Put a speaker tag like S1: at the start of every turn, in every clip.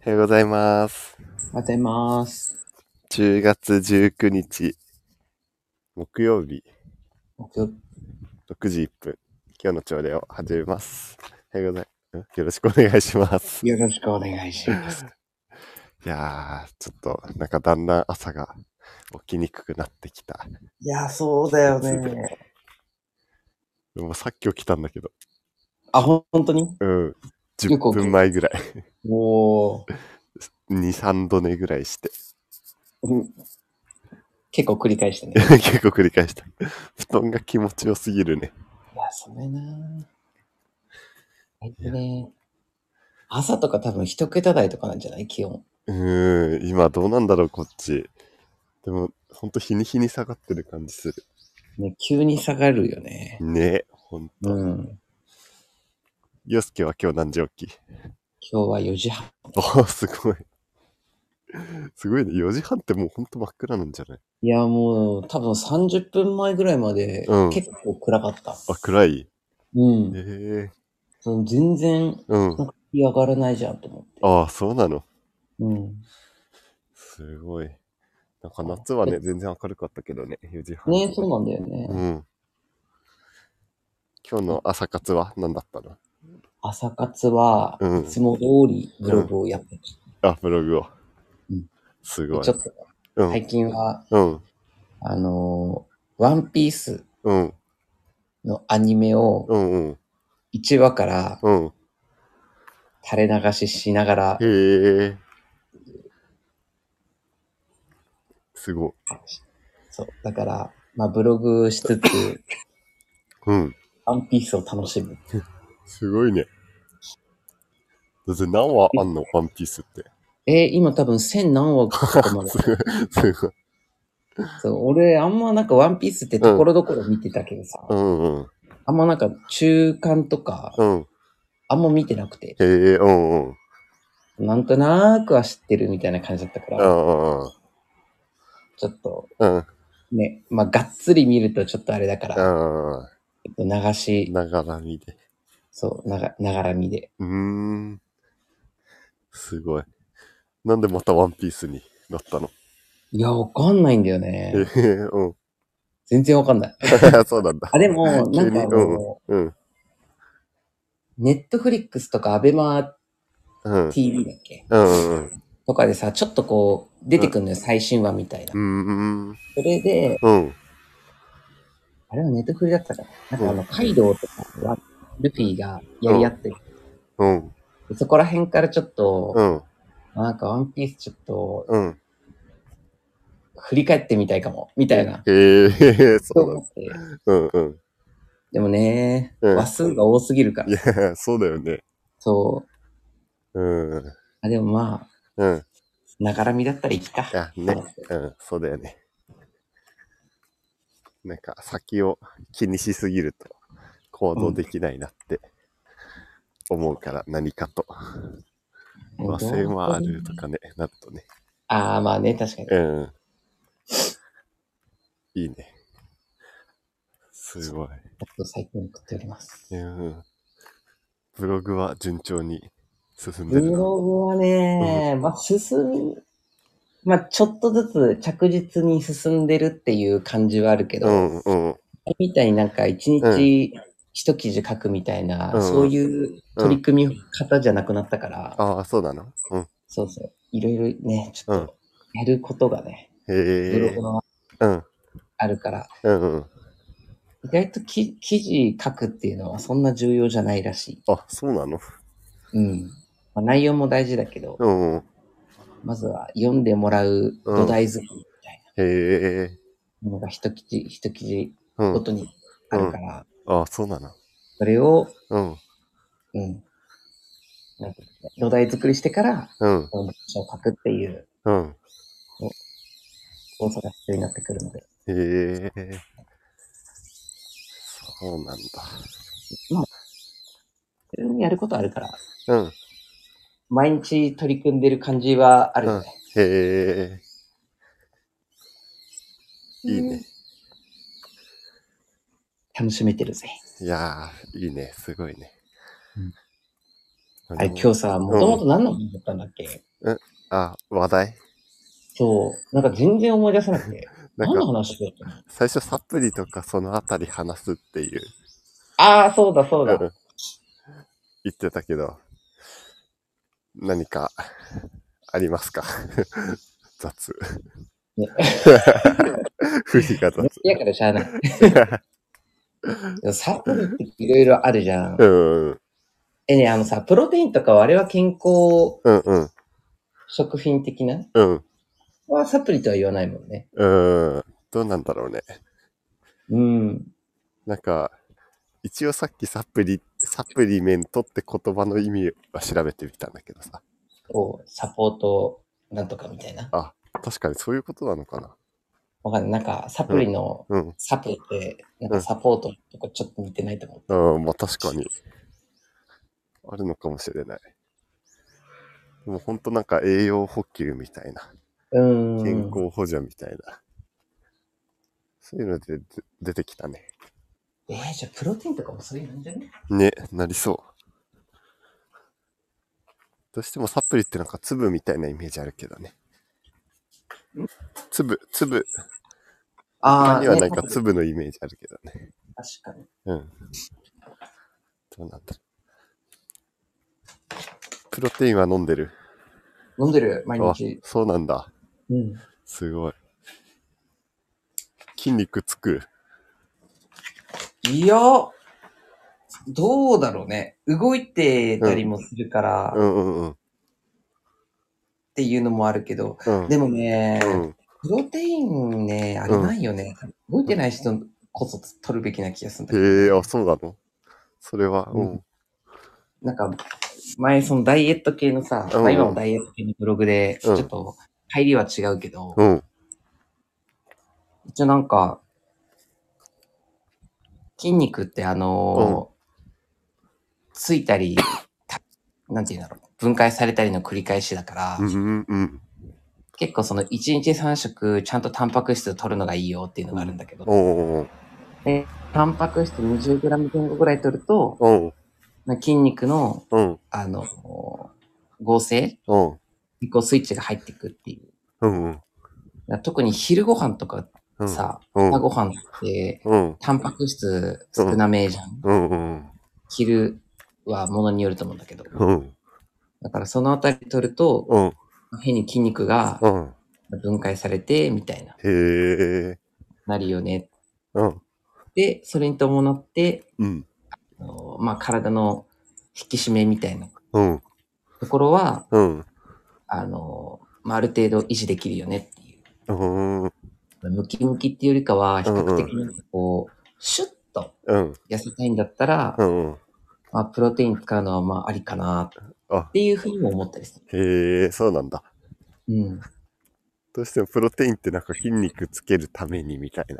S1: おはようございます。
S2: おはようございます。
S1: 10月19日、木曜日、
S2: 木曜日
S1: 6時1分。今日の朝礼を始めます。おはようございます。よろしくお願いします。
S2: よろしくお願いします。
S1: いやー、ちょっと、なんかだんだん朝が起きにくくなってきた。
S2: いや、そうだよね。
S1: でもさっき起きたんだけど、
S2: あ、ほ本当に
S1: うん。10
S2: よく起きる
S1: 分前ぐらい、
S2: おー
S1: 2、3度寝ぐらいして、
S2: うん結構繰り返してね。
S1: 結構繰り返した。布団が気持ちよすぎるね。
S2: いや、それなぁ。最近ね。朝とか多分一桁台とかなんじゃない気温。
S1: うーん、今どうなんだろう、こっち。でも、ほんと日に日に下がってる感じする。
S2: ね、急に下がるよね。
S1: ねほんと。
S2: ん。
S1: ヨスケは今日何時起き
S2: 今日は4時半。
S1: おーすごい。すごいね。4時半ってもうほんと真っ暗なんじゃない
S2: いや、もう多分30分前ぐらいまで
S1: うん
S2: 結構暗かった。
S1: あ、暗い
S2: うん。
S1: ええ
S2: その全然、
S1: うん。
S2: なんか日上がらないじゃんと思って。
S1: ああ、そうなの。
S2: うん。
S1: すごい。なんか夏はね、全然明るかったけどね、4時半。
S2: ねそうなんだよね。
S1: うん。今日の朝活は何だったの
S2: 朝活は、
S1: うん
S2: いつも通りブログをやってきて、
S1: あ、ブログを。
S2: うん
S1: すごい
S2: ちょ。っと
S1: うん。
S2: 最近は、
S1: うん。
S2: あのーワンピース
S1: うん。
S2: のアニメを
S1: うん。うん。
S2: 1話から
S1: うん。
S2: 垂れ流ししながら
S1: へ、え。すごい。
S2: そう、だから、まあブログしつつ、
S1: うん。
S2: ワンピースを楽しむ。
S1: すごいね。だって何話あんのワンピースって。
S2: えー今多分1000何話とかまです
S1: ごい。すごい。
S2: そう、俺あんまなんかワンピースってところどころ見てたけどさ、
S1: うんうん。
S2: あんまなんか中間とか、
S1: うん。
S2: あんま見てなくて、
S1: へえ、うんうん。
S2: なんとなーくは知ってるみたいな感じだったか
S1: う
S2: ら、
S1: んうんうん。
S2: ちょっと
S1: うん
S2: ね、まあ、がっつり見るとちょっとあれだから、
S1: うんう
S2: えっと流
S1: ん。
S2: し、
S1: ながら見て。
S2: そう、ながながら見で。
S1: うーん。すごい。なんでまたワンピースになったの
S2: いや、わかんないんだよ
S1: へ
S2: ね
S1: え、。うん。
S2: 全然わかんない。
S1: そうなんだ
S2: あ、。でも、
S1: 急
S2: な
S1: に
S2: んかあ
S1: うん
S2: の、
S1: うん。
S2: ネットフリックスとかアベマ
S1: うん。
S2: TV だっけ
S1: うんうん。
S2: とかでさ、ちょっとこう、出てくるのよ、最新話みたいな
S1: う。ん。
S2: それで、
S1: うん。
S2: あれはネットフリだったかな。なんかあの、カイドウとかは、ルフィがやり合ってる。
S1: うん。
S2: でそこら辺からちょっと
S1: う、ん。
S2: なんかワンピースちょっと、
S1: うん。
S2: 振り返ってみたいかも、みたいな。
S1: へえ、そ
S2: そう
S1: うなん
S2: 思
S1: だ。
S2: って。
S1: うんうん。
S2: でもね、
S1: うん
S2: 話数が多すぎるか
S1: い
S2: ら。
S1: や、 そうだよね。
S2: そう。
S1: うん。
S2: あでもまあ、
S1: うん。
S2: ながらみだったらいきか。
S1: あ、ね。うん、そうだよね。なんか、先を気にしすぎると行動できないなって思うから、何かと。
S2: もう
S1: 和
S2: どう
S1: 製はあるとかね、なるとね。
S2: ああ、まあね、確かに。
S1: うん。いいね。すごい。
S2: 最近送っております。
S1: うん。ブログは順調に進んで
S2: ブ
S1: るの。
S2: ログはね、まあ進み、まあちょっとずつ着実に進んでるっていう感じはあるけど、
S1: うんうん。
S2: みたいになんか一日一記事書くみたいな、
S1: うん
S2: そういう取り組み方じゃなくなったから、
S1: ああ、そうなのうん。
S2: そうそう、いろいろね、ちょっとやることがね、ブロ
S1: へえ
S2: グ。は
S1: うん。
S2: あるから、
S1: うんうん。
S2: 意外とき記事書くっていうのはそんな重要じゃないらしい。
S1: あ、そうなの
S2: うん。まあ、内容も大事だけど、
S1: うんうん。
S2: まずは読んでもらう土台作りみたい
S1: へえ。
S2: なのが一記事一記事
S1: うん
S2: ご。とにあるから、
S1: ああ、そうなの。
S2: それを、
S1: うん。
S2: うん。なんていうの土台作りしてから、
S1: うん。
S2: 文章を書くっていう
S1: うん。
S2: 要素が必要になってくるので、
S1: へえ。そうなん
S2: いろいろやることあるから、
S1: だ。うん。
S2: 毎日取り組んでる感じはあるよね。
S1: へえ。いいね。
S2: 楽しめてるぜ。
S1: いやー、いいね。すごいね。
S2: あ
S1: で
S2: れ、
S1: も
S2: 今日さ、もともと何の日だったんだっけ
S1: あ、話題
S2: そう。なんか全然思い出せなくて。
S1: なん
S2: 何の
S1: か、
S2: 話しようと思って
S1: 最初サプリとかそのあたり話すっていう、
S2: ああ、そうだそう
S1: う
S2: だ。
S1: ん言ってたけど、何かありますか 雑
S2: ね。
S1: 不備が雑。
S2: やからしゃあない。でも サプリっていろいろあるじゃん。
S1: うん、うん、
S2: えね、あのさ、プロテインとかはあれは健康
S1: うん、うん、
S2: 食品的な
S1: うん、
S2: はサプリとは言わないもんね。
S1: うん。どうなんだろうね。
S2: うん。
S1: なんか、一応さっきサプリ、サプリメントって言葉の意味は調べてみたんだけどさ。
S2: をサポートなんとかみたいな。
S1: あ、確かにそういうことなのかな。
S2: わかんない。なんかサプリの、
S1: うん。
S2: サプリって、なんかサポートとかちょっと似てないと思う。
S1: うん、まあ確かに。あるのかもしれない。でも本当なんか栄養補給みたいな。
S2: うん。
S1: 健康補助みたいな。そういうのでで出てきたね。
S2: えー、じゃあプロテインとかもそれなんじゃね
S1: ね、なりそう。どうしてもサプリってなんか粒みたいなイメージあるけどね。粒、粒。
S2: あ
S1: 他にはなんか粒のイメージあるけどね。
S2: 確かに。
S1: うん。どうなんだろう。プロテインは飲んでる。
S2: 飲んでる、毎
S1: あ
S2: 日。、
S1: そうなんだ。
S2: うん。
S1: すごい。筋肉つく。
S2: いや、どうだろうね。動いてたりもするから
S1: う
S2: っ
S1: んうんうん。
S2: ていうのもあるけど、
S1: うん。
S2: でもね、
S1: うん、
S2: プロテインね、あれないよね。動いてない人こそ取るべきな気がするんだけど、
S1: へえ、あ、そうなのそれは、う
S2: うん
S1: ん。
S2: なんか、前そのダイエット系のさ、
S1: うん
S2: まあ今もダイエット系のブログで、ち
S1: うん
S2: ょっと入りは違うけど、
S1: うん。
S2: 一応なんか、筋肉ってあのーついたり、たなんていうんだろう、分解されたりの繰り返しだから、
S1: うんうん。
S2: 結構その1日3食ちゃんとタンパク質取るのがいいよっていうのがあるんだけど、
S1: おう
S2: でタンパク質 20g 前後ぐらい取ると、
S1: おう
S2: まあ筋肉の、
S1: おうん。
S2: あのー合成
S1: うん。
S2: にこうスイッチが入ってくってい
S1: う
S2: う。
S1: ん。うん。
S2: だから特に昼ご飯とか
S1: うん。
S2: さ、
S1: うん
S2: 朝ご飯って、
S1: うん。
S2: タンパク質少なめじゃん。
S1: うん。うん。
S2: 昼はものによると思うんだけど。
S1: うん。
S2: だからそのあたり取ると、
S1: うん。
S2: 変に筋肉が
S1: うん。
S2: 分解されて、みたいな、
S1: へえ。
S2: なるよね。
S1: うん。
S2: で、それに伴って、
S1: うん。
S2: あのまあ、体の引き締めみたいな
S1: うん。
S2: ところは、
S1: うん。
S2: あの、まあ、ある程度維持できるよねっていう。
S1: うん。
S2: ムキムキっていうよりかは、比較的にこう、シュッと
S1: うん。
S2: 痩せたいんだったら、
S1: うん。
S2: まあ、プロテイン使うのはまあありかなっていうふうにも思ったりす
S1: へえ、そうなんだ。
S2: る。うん。
S1: どうしてもプロテインってなんか筋肉つけるためにみたいな。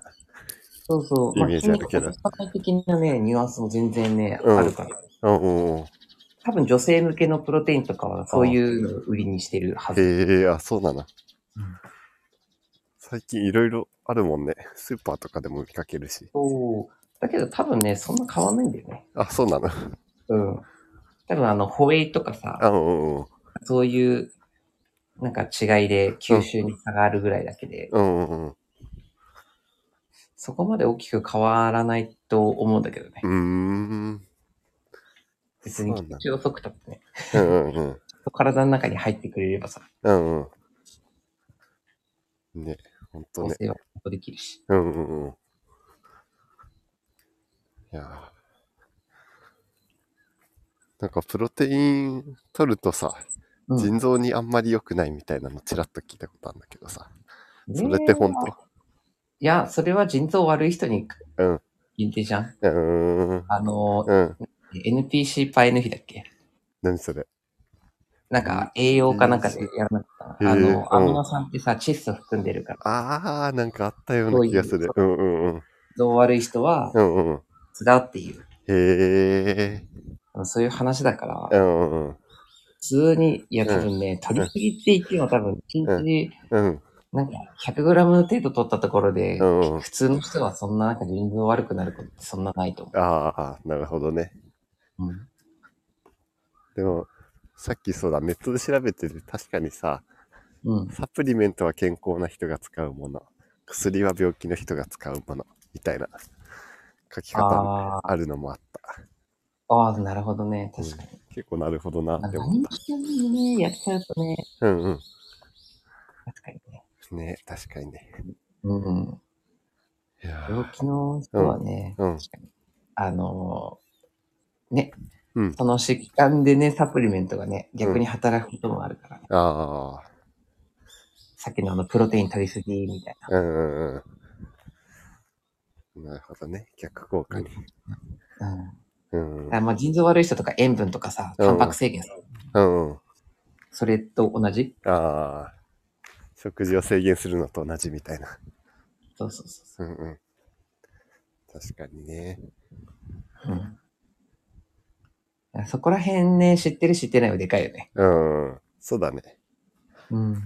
S2: そうそう。
S1: イメージあるけど
S2: まあ、筋肉的なね、ニュアンスも全然ね、
S1: うん
S2: あるから。
S1: うんうんうん。
S2: 多分女性向けのプロテインとかはそういうのを売りにしてるはず。
S1: へえ、あ、そうなの
S2: うん。
S1: 最近いろいろあるもんね。スーパーとかでも見かけるし。
S2: そう。だけど多分ね、そんな変わんないんだよね。
S1: あ、そうなの。
S2: うん。多分あの、ホエイとかさ、
S1: あ、うんうん
S2: そういう、なんか違いで吸収に差があるぐらいだけで、
S1: うん。うんうん
S2: そこまで大きく変わらないと思うんだけどね。
S1: うん。う
S2: 別に
S1: そうなんだ
S2: 口遅くたってね、
S1: ーん。うんうんうん。
S2: 体の中に入ってくれればさ、
S1: うんうん。ね、ほんと
S2: 調
S1: ね。
S2: 整はできるし。
S1: うんうんうん。いやーなんかプロテイン取るとさ、
S2: うん
S1: 腎臓にあんまり良くないみたいなのちらっと聞いたことあるんだけどさ。それって本
S2: ねえいや、それは腎臓悪い人に
S1: うん
S2: 限定じゃん。
S1: 当うーん。
S2: あの、
S1: うん。
S2: NPC パイの日だっけ
S1: 何それ
S2: なんか栄養かなんかでやらなかったな。あ
S1: へえうん
S2: の、アミノ酸ってさ、窒素含んでるから、
S1: あー、なんかあったような気がする。うんうんうん。
S2: 腎臓悪い人は
S1: う、んうん。
S2: つだっていう、
S1: へ
S2: あのそういう話だから
S1: ー。う、んうんうん。
S2: 普通に、いや、多分ね、取りすぎって言っても多分、1日、
S1: うん
S2: なんか、100g 程度取ったところで、
S1: うんうん。
S2: 普通の人はそんな、なんか腎臓悪くなることってそんなないと思
S1: あー、なるほどね。
S2: う。うん
S1: でも、さっきそうだ、ネットで調べてて、確かにさ、
S2: うん。
S1: サプリメントは健康な人が使うもの、薬は病気の人が使うもの、みたいな書き方
S2: あ
S1: あるのもあった。
S2: あ、ああ、なるほどね。確かに。
S1: 結構なるほどな
S2: まあ
S1: って思っ
S2: 何してもね、やっちゃうとね、
S1: た。うんう
S2: 確かにね。
S1: ん。ね確かにね。
S2: うん。
S1: いやー
S2: 病気の人はね、
S1: うん。
S2: 確かに。あのーね、
S1: うん
S2: その疾患でね、サプリメントがね、逆に働くこともあるからね。
S1: ああ、
S2: さっきのあの、プロテイン取りすぎみたいな。
S1: うんうんうん。なるほどね。逆効果に。
S2: うん。
S1: うん。う
S2: あまあ、腎臓悪い人とか塩分とかさ、
S1: うん
S2: タンパク制限さ、
S1: ん、うん。
S2: それと同じ
S1: ああ、食事を制限するのと同じみたいな。
S2: そうそうそ
S1: うんうん。確かにね。
S2: う。うん。そこら辺ね、知ってる知ってないはでかいよね。
S1: うんうん。そうだね。
S2: うん。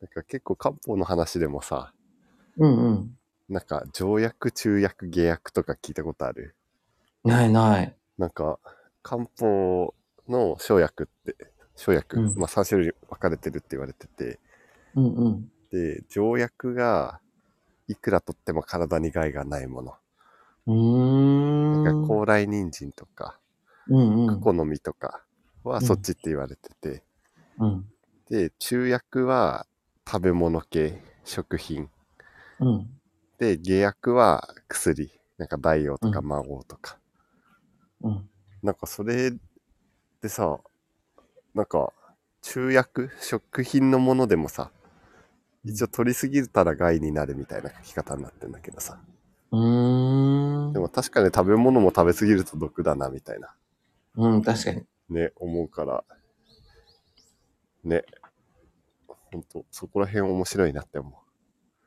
S1: なんか結構漢方の話でもさ、
S2: うんうん。
S1: なんか条約、中約、下約とか聞いたことある
S2: ないない。
S1: なんか漢方の生薬って、生薬、
S2: うん
S1: まあ3種類分かれてるって言われてて、
S2: うんうん。
S1: で、条約がいくらとっても体に害がないもの。
S2: うー
S1: なん
S2: ん。
S1: か高麗人参とか、
S2: うんうん。
S1: 好みとかはそっちって言われてて、
S2: うん。
S1: で中薬は食べ物系食品
S2: うん。
S1: で下薬は薬なんか大王とか
S2: うん
S1: 魔王とか、
S2: うん。
S1: なんかそれでさなんか中薬食品のものでもさ一応取りすぎたら害になるみたいな書き方になってんだけどさ
S2: うーん
S1: でも確かに食べ物も食べすぎると毒だなみたいな
S2: うん、確かに。
S1: ね、思うから、ね、ほんと、そこら辺面白いなって思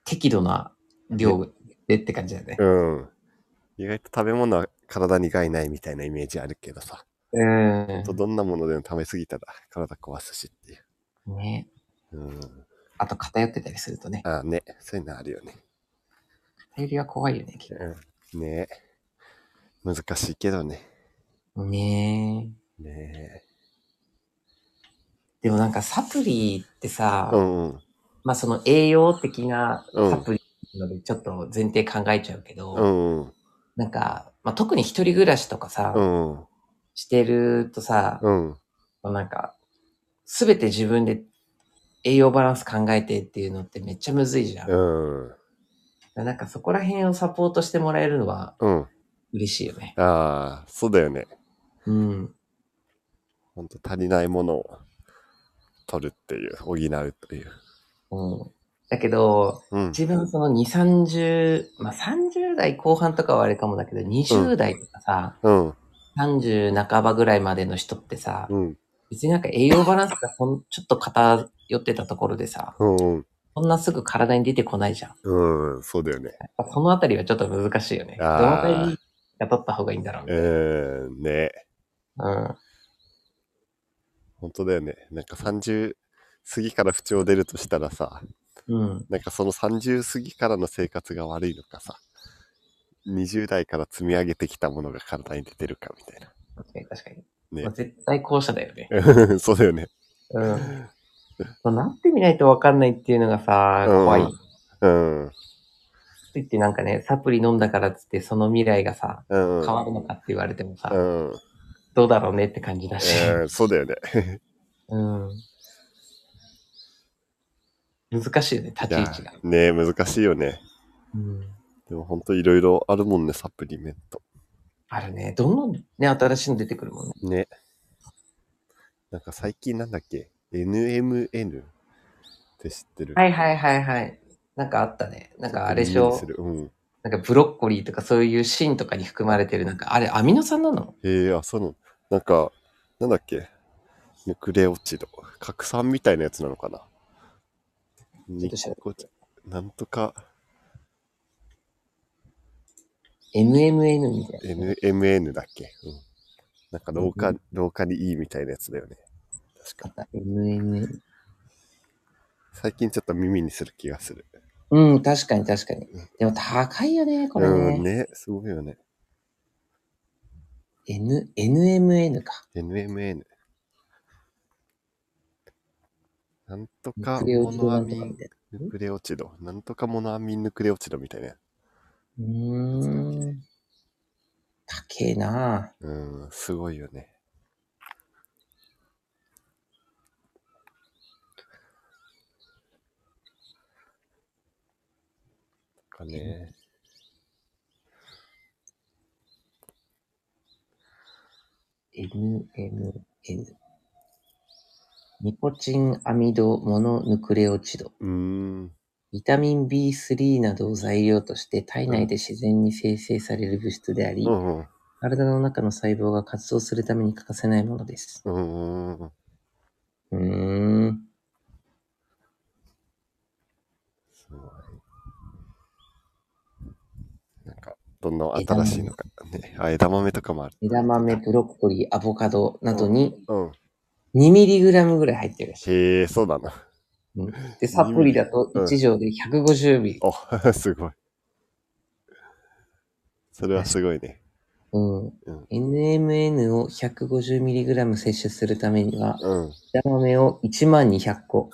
S2: 適度な量でって感じだよね
S1: う。。うん。意外と食べ物は体に害ないみたいなイメージあるけどさ、
S2: う
S1: ほんとどんなものでも食べ過ぎたら体壊すしっていう。
S2: ん。ね。
S1: うん。
S2: あと偏ってたりするとね。
S1: ああね、そういうのあるよね。
S2: 偏りは怖いよね、結
S1: うん。ね難しいけどね。
S2: 構。ねえ。
S1: ね
S2: でもなんかサプリってさ、
S1: うんうん。
S2: まあその栄養的な
S1: うん
S2: サプリなのでちょっと前提考えちゃうけど、
S1: うんうん。
S2: なんか、まあ、特に一人暮らしとかさ、
S1: うん
S2: してるとさ、
S1: うん。
S2: もうなんか、すべて自分で栄養バランス考えてっていうのってめっちゃむずいじゃん。
S1: うん。
S2: なんかそこら辺をサポートしてもらえるのは
S1: うん。
S2: 嬉しいよね。
S1: ああ、そうだよね。
S2: うん。
S1: ほんと足りないものを取るっていう、補うという。
S2: うん、だけど、
S1: うん。
S2: 自分その2、30、まあ、30代後半とかはあれかもだけど、20代とかさ、
S1: うん。
S2: 30半ばぐらいまでの人ってさ、
S1: うん。
S2: 別になんか栄養バランスがそんちょっと偏ってたところでさ、
S1: うん。
S2: そんなすぐ体に出てこないじゃん。
S1: うん。そうだよね。
S2: やっぱそのあたりはちょっと難しいよね。どの
S1: あー
S2: あたりが取った方がいいんだろう
S1: うーん。
S2: ね。
S1: ね
S2: うん。
S1: 本当だよね。なんか30過ぎから不調出るとしたらさ、
S2: うん。
S1: なんかその30過ぎからの生活が悪いのかさ、20代から積み上げてきたものが体に出てるかみたいな。
S2: 確かに確かに。
S1: ね
S2: まあ絶対後者だよね。
S1: うん そうだよね。
S2: うん。そうなってみないとわかんないっていうのがさ、
S1: うん
S2: 怖い。って
S1: うん。
S2: 言ってなんかね、サプリ飲んだからっつってその未来がさ、
S1: うん。
S2: 変わるのかって言われてもさ、
S1: うん。
S2: どうだろうねって感じだし。
S1: うんそうだよね。
S2: うん。難しいよね、立ち位置が。
S1: いやね難しいよね。
S2: うん。
S1: でも本当いろいろあるもんね、サプリメント。
S2: あるね。どんどんね、新しいの出てくるもんね。
S1: ね。なんか最近なんだっけ ?NMN って知ってる。
S2: はいいはいはいはい。なんかあったね。なんかあれでし
S1: 耳に
S2: ょ
S1: す。るうん。
S2: なんかブロッコリーとかそういう芯とかに含まれてる、なんかあれアミノ酸なの
S1: ええあ、そうなの。なんか、なんだっけヌクレオチド。核酸みたいなやつなのかな
S2: ょっと調べて
S1: ニコチなんとか
S2: ?MMN みたいな。
S1: NMN だっけうん。なんか老化、
S2: うん
S1: 老化にいいみたいなやつだよね。確か。
S2: MMN。
S1: 最近ちょっと耳にする気がする。
S2: うん、確かに確かに。でも高いよね、これ
S1: うん、
S2: ね。
S1: ね。すごいよね。
S2: N、NMN か。
S1: NMN。なんとか
S2: クレオ
S1: モ
S2: チド
S1: ノ
S2: な
S1: アミ
S2: んとかみ
S1: ン
S2: たい
S1: ヌクレオチド。なんとかモノアミンヌクレオチドみたいな。
S2: な。うーん。高えな
S1: うん、すごいよね。なんかね。
S2: NMN。ニコチンアミドモノヌクレオチド。
S1: うーん。
S2: ビタミン B3 などを材料として体内で自然に生成される物質であり、
S1: うんうん。
S2: 体の中の細胞が活動するために欠かせないものです。
S1: うんうん。
S2: うーん。
S1: すごい。なんか、どんどん新しいのが、ね。あ、枝豆とかもある。
S2: 枝豆、ブロッコリー、アボカドなどに
S1: うん。
S2: 2mg ぐらい入ってるらしい。
S1: へえ、そうだな。
S2: で、サプリだと1錠で 150mg。
S1: お、 すごい。それはすごいね。
S2: うん。
S1: うん。
S2: NMN を 150mg 摂取するためには、
S1: うん。
S2: 枝豆を1万200個。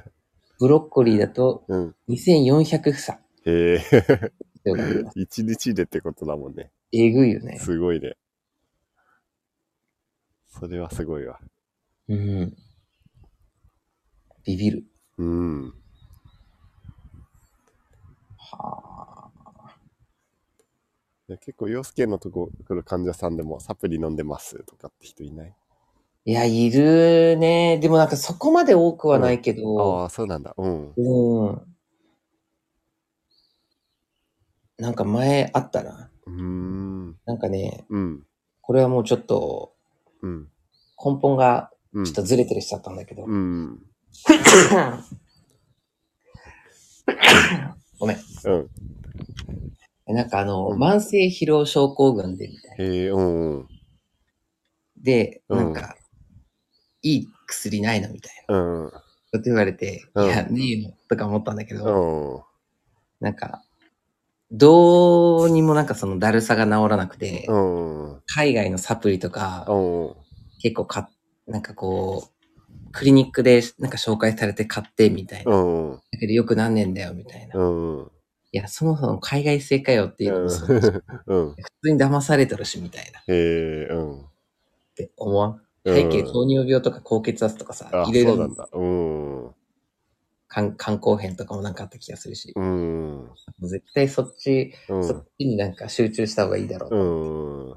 S2: ブロッコリーだと
S1: うん。
S2: 2400房。
S1: へえ、
S2: 必要があります
S1: 一日でってことだもんね。
S2: えぐいよね。
S1: すごいね。それはすごいわ。
S2: うん。ビビる。
S1: うん。
S2: はあ。
S1: いや結構、洋介のとこ来る患者さんでもサプリ飲んでますとかって人いない
S2: いや、いるね。でもなんかそこまで多くはないけど、
S1: ああ、そうなんだ。うん。
S2: うん。なんか前あったな。
S1: うーん。
S2: なんかね、
S1: うん。
S2: これはもうちょっと
S1: うん。
S2: 根本が
S1: うん
S2: ちょっとずれてる人だったんだけど、
S1: うん。
S2: ごめん。
S1: うん。
S2: なんかあの、
S1: うん
S2: 慢性疲労症候群でみたいな。
S1: へえ、うんうん。
S2: で、
S1: うん
S2: なんか、いい薬ないのみたいな。
S1: うん。うん。
S2: って言われて、
S1: うん
S2: いや、ねえよ、とか思ったんだけど、
S1: うん
S2: なんか、どうにもなんかそのだるさが治らなくて、
S1: うん。
S2: 海外のサプリとか、
S1: うん。
S2: 結構買っなんかこう、クリニックでなんか紹介されて買ってみたいな。
S1: うん。
S2: だけどよく何年だよ、みたいな。い
S1: うん。
S2: や、そもそも海外製かよっていうのもそうだし
S1: うん。うん。
S2: 普通に騙されてるし、みたいな。っ
S1: へえ、うん。
S2: て思わん。
S1: うん
S2: 背景糖尿病とか高血圧とかさ、
S1: あ、
S2: いろい
S1: そうなん
S2: ろ
S1: だ。うん。
S2: 肝肝硬変とかもなんかあった気がするし、
S1: うん。
S2: もう絶対そっち、
S1: うん
S2: そっちになんか集中した方がいいだろ
S1: う
S2: う。
S1: ん。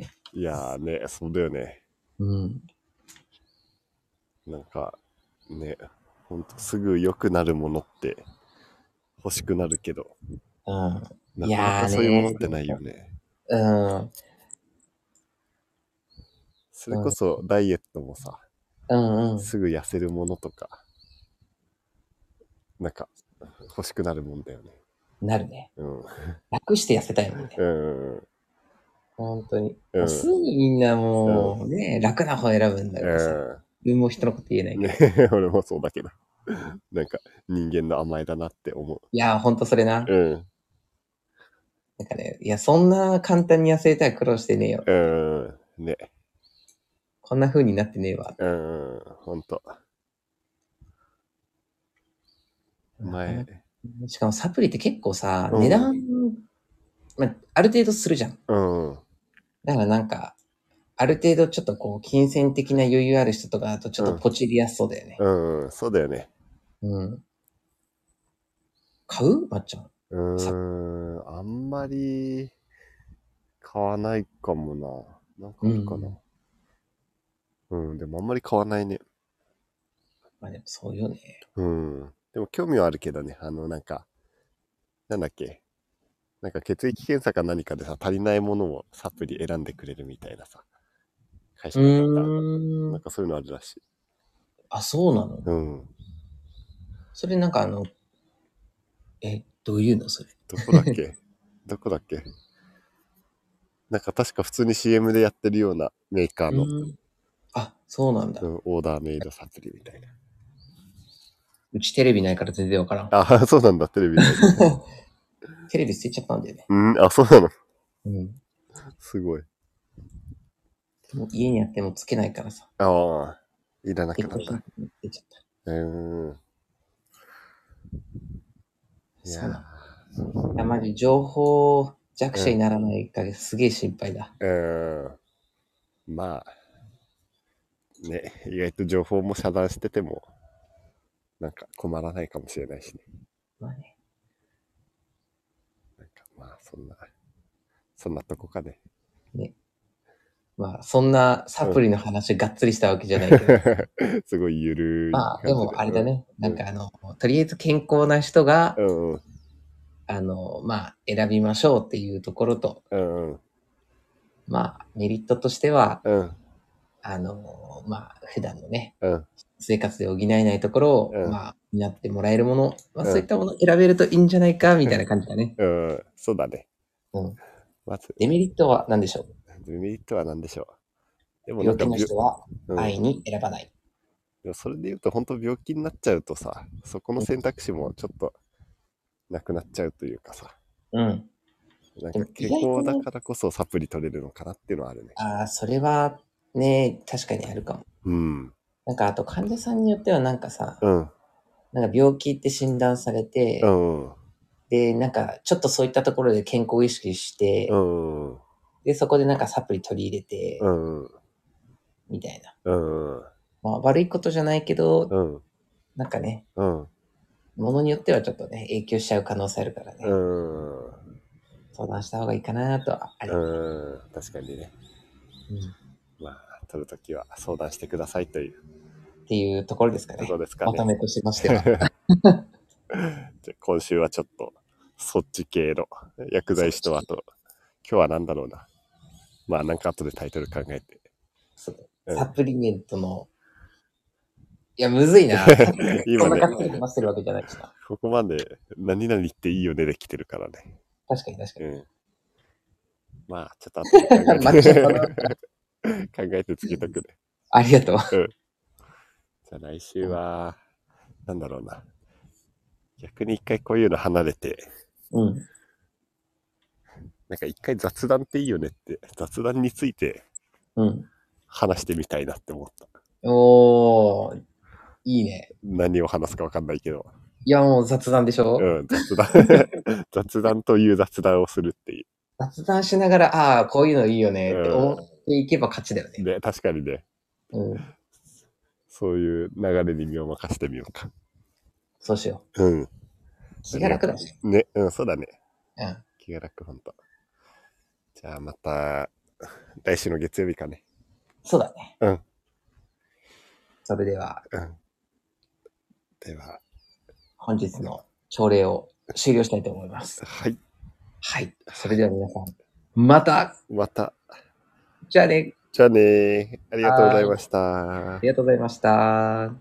S2: ね
S1: いやーね、そうだよね。
S2: うん。
S1: なんか、ね、ほんとすぐ良くなるものって欲しくなるけど、
S2: うん。
S1: ないかな
S2: やーね
S1: かそういうものってないよね。
S2: うん。
S1: それこそダイエットもさ、
S2: うんうん。
S1: すぐ痩せるものとか、なんか欲しくなるもんだよね。
S2: なるね。
S1: うん。
S2: 楽して痩せたいもんね。
S1: うん。
S2: 本当に。
S1: うん
S2: すぐみんなもうね、楽な方選ぶんだからさ。
S1: う
S2: 自分も人のこと言えない
S1: ん。
S2: けど。
S1: ね、 俺もそうだけど。なんか人間の甘えだなって思
S2: いやー、ほんとそれな
S1: う。。うん。
S2: なんかね、いや、そんな簡単に痩せたら苦労してねえよ。
S1: うん。ね。
S2: こんな風になってねえわ。
S1: うん。ほんと。前。
S2: しかもサプリって結構さ、
S1: うん
S2: 値段、まあ、ある程度するじゃん。
S1: うん。
S2: だからなんか、ある程度ちょっとこう、金銭的な余裕ある人とかだとちょっとポチりやすそうだよね。
S1: うん。そうだよね。
S2: うん。買うまっちゃん。
S1: うーん。あんまり買わないかもな。なんかあるかな。うん、でもあんまり買わないね。
S2: まあでもそうよね。
S1: うん。でも興味はあるけどね、あの、なんか、なんだっけ、なんか血液検査か何かでさ、足りないものをサプリ選んでくれるみたいなさ、会社
S2: う
S1: だった。
S2: ー
S1: なん
S2: ん。
S1: かそういうのあるらしい。
S2: あ、そうなの
S1: うん。
S2: それなんかあの、え、どういうのそれ。
S1: どこだっ けどこだっけなんか確か普通に CM でやってるようなメーカーの、
S2: うんあ、そうなんだ。
S1: うんオーダーメイドサプリみたいな。
S2: うちテレビないから全然わからん。
S1: ああ、そうなんだ、テレビで。
S2: テレビ捨てちゃったんだよね。
S1: うん、あ、そうなの。
S2: うん。
S1: すごい。
S2: もう家にあってもつけないからさ。
S1: ああ、いらなく
S2: 一
S1: な
S2: 個
S1: っ
S2: ヒ
S1: た。
S2: ント出ちゃった。
S1: うーん。い
S2: そう
S1: や
S2: いや、マジ情報弱者にならないかがすげえ心配だ。
S1: ー、うーん。まあ、ね、意外と情報も遮断してても、なんか困らないかもしれないしね。
S2: まあね。
S1: なんかまあ、そんな、そんなとこかね。
S2: まあ、そんなサプリの話がっつりしたわけじゃないけど。
S1: すごいゆるい
S2: ま
S1: 感
S2: あ、
S1: じ。
S2: でもあれだね。
S1: うん
S2: なんかあの、とりあえず健康な人が
S1: う、んうん
S2: あの、まあ、選びましょうっていうところと、
S1: うんうん
S2: まあ、メリットとしては、
S1: うん
S2: あの、まあ、普段のね、
S1: うん
S2: 生活で補えないところを、
S1: うん
S2: まあ、担ってもらえるもの、まあ、
S1: うん
S2: そういったものを選べるといいんじゃないか、みたいな感じだね。
S1: うん。そうだね。
S2: うん。
S1: まず、
S2: デメリットは何でしょう
S1: デメリットは何でしょう。でもな
S2: 病
S1: んか
S2: 気の人は
S1: うん
S2: 愛に選ばない。
S1: でもそれで言うと本当病気になっちゃうとさそこの選択肢もちょっとなくなっちゃうというかさ
S2: うん。
S1: なん
S2: で
S1: か
S2: も
S1: 健康だからこそサプリ取れるのかなっていうのはあるね
S2: ああ、それは、ね、確かにあるかも。
S1: うん
S2: なんか、あと患者さんによってはなんかさ、
S1: うん
S2: なんか病気って診断されて、
S1: うん
S2: で、なんか、ちょっとそういったところで健康を意識して、
S1: うんうん
S2: で、そこでなんかサプリ取り入れて、
S1: うん
S2: みたいな。
S1: うん
S2: まあ、悪いことじゃないけど、
S1: うん
S2: なんかね、
S1: うん
S2: ものによってはちょっとね、影響しちゃう可能性あるからね、
S1: うん
S2: 相談した方がいいかなとはあり、
S1: うん確かにね
S2: うん
S1: まあ取るときは相談してくださいという
S2: っていうところですか
S1: と
S2: ね
S1: こ。ろですか
S2: まと
S1: ね
S2: めとしまし ては。
S1: じゃあ今週はちょっとそっち系の薬剤師とあと今日は何だろうなまあなんか後でタイトル考えて
S2: そう
S1: うん
S2: サプリメントの、いや、むずいな。
S1: 今ね
S2: そんな感じで話してるわけじゃないしな。
S1: ここまで何々言っていいよねできてるからね。
S2: 確かに確か
S1: う
S2: に。
S1: ん。まあ、ちょっと後 で考えて
S2: 間違っ
S1: 考えてつけとくね。
S2: ありがとう。
S1: じゃあ来週は、なんだろうな。逆に一回こういうの離れて、
S2: うん。
S1: なんか一回雑談っていいよねって、雑談について
S2: うん。
S1: 話してみたいなって思った。
S2: おー、いいね。
S1: 何を話すかわかんないけど。
S2: いや、もう雑談でしょ、
S1: うん、雑 談。雑談という雑談をするってい
S2: 雑談しながら、ああー、こういうのいいよねって
S1: うん
S2: 思っていけば勝ちだよ
S1: う。
S2: ね。
S1: で、確かにね、
S2: うん。
S1: そういう流れに身を任せてみようか。
S2: そうしよ
S1: うん。
S2: う。気が楽だし。
S1: ね、うん、そうだね。
S2: うん。
S1: 気が楽、ほんと。じゃあまた、来週の月曜日かね。
S2: そうだね。
S1: うん。
S2: それでは、
S1: うん。では、
S2: 本日の朝礼を終了したいと思います。
S1: はい。
S2: はい。それでは皆さん、また
S1: また。
S2: じゃあね、
S1: じゃあねー。ありがとうございました
S2: あ。りがとうございました。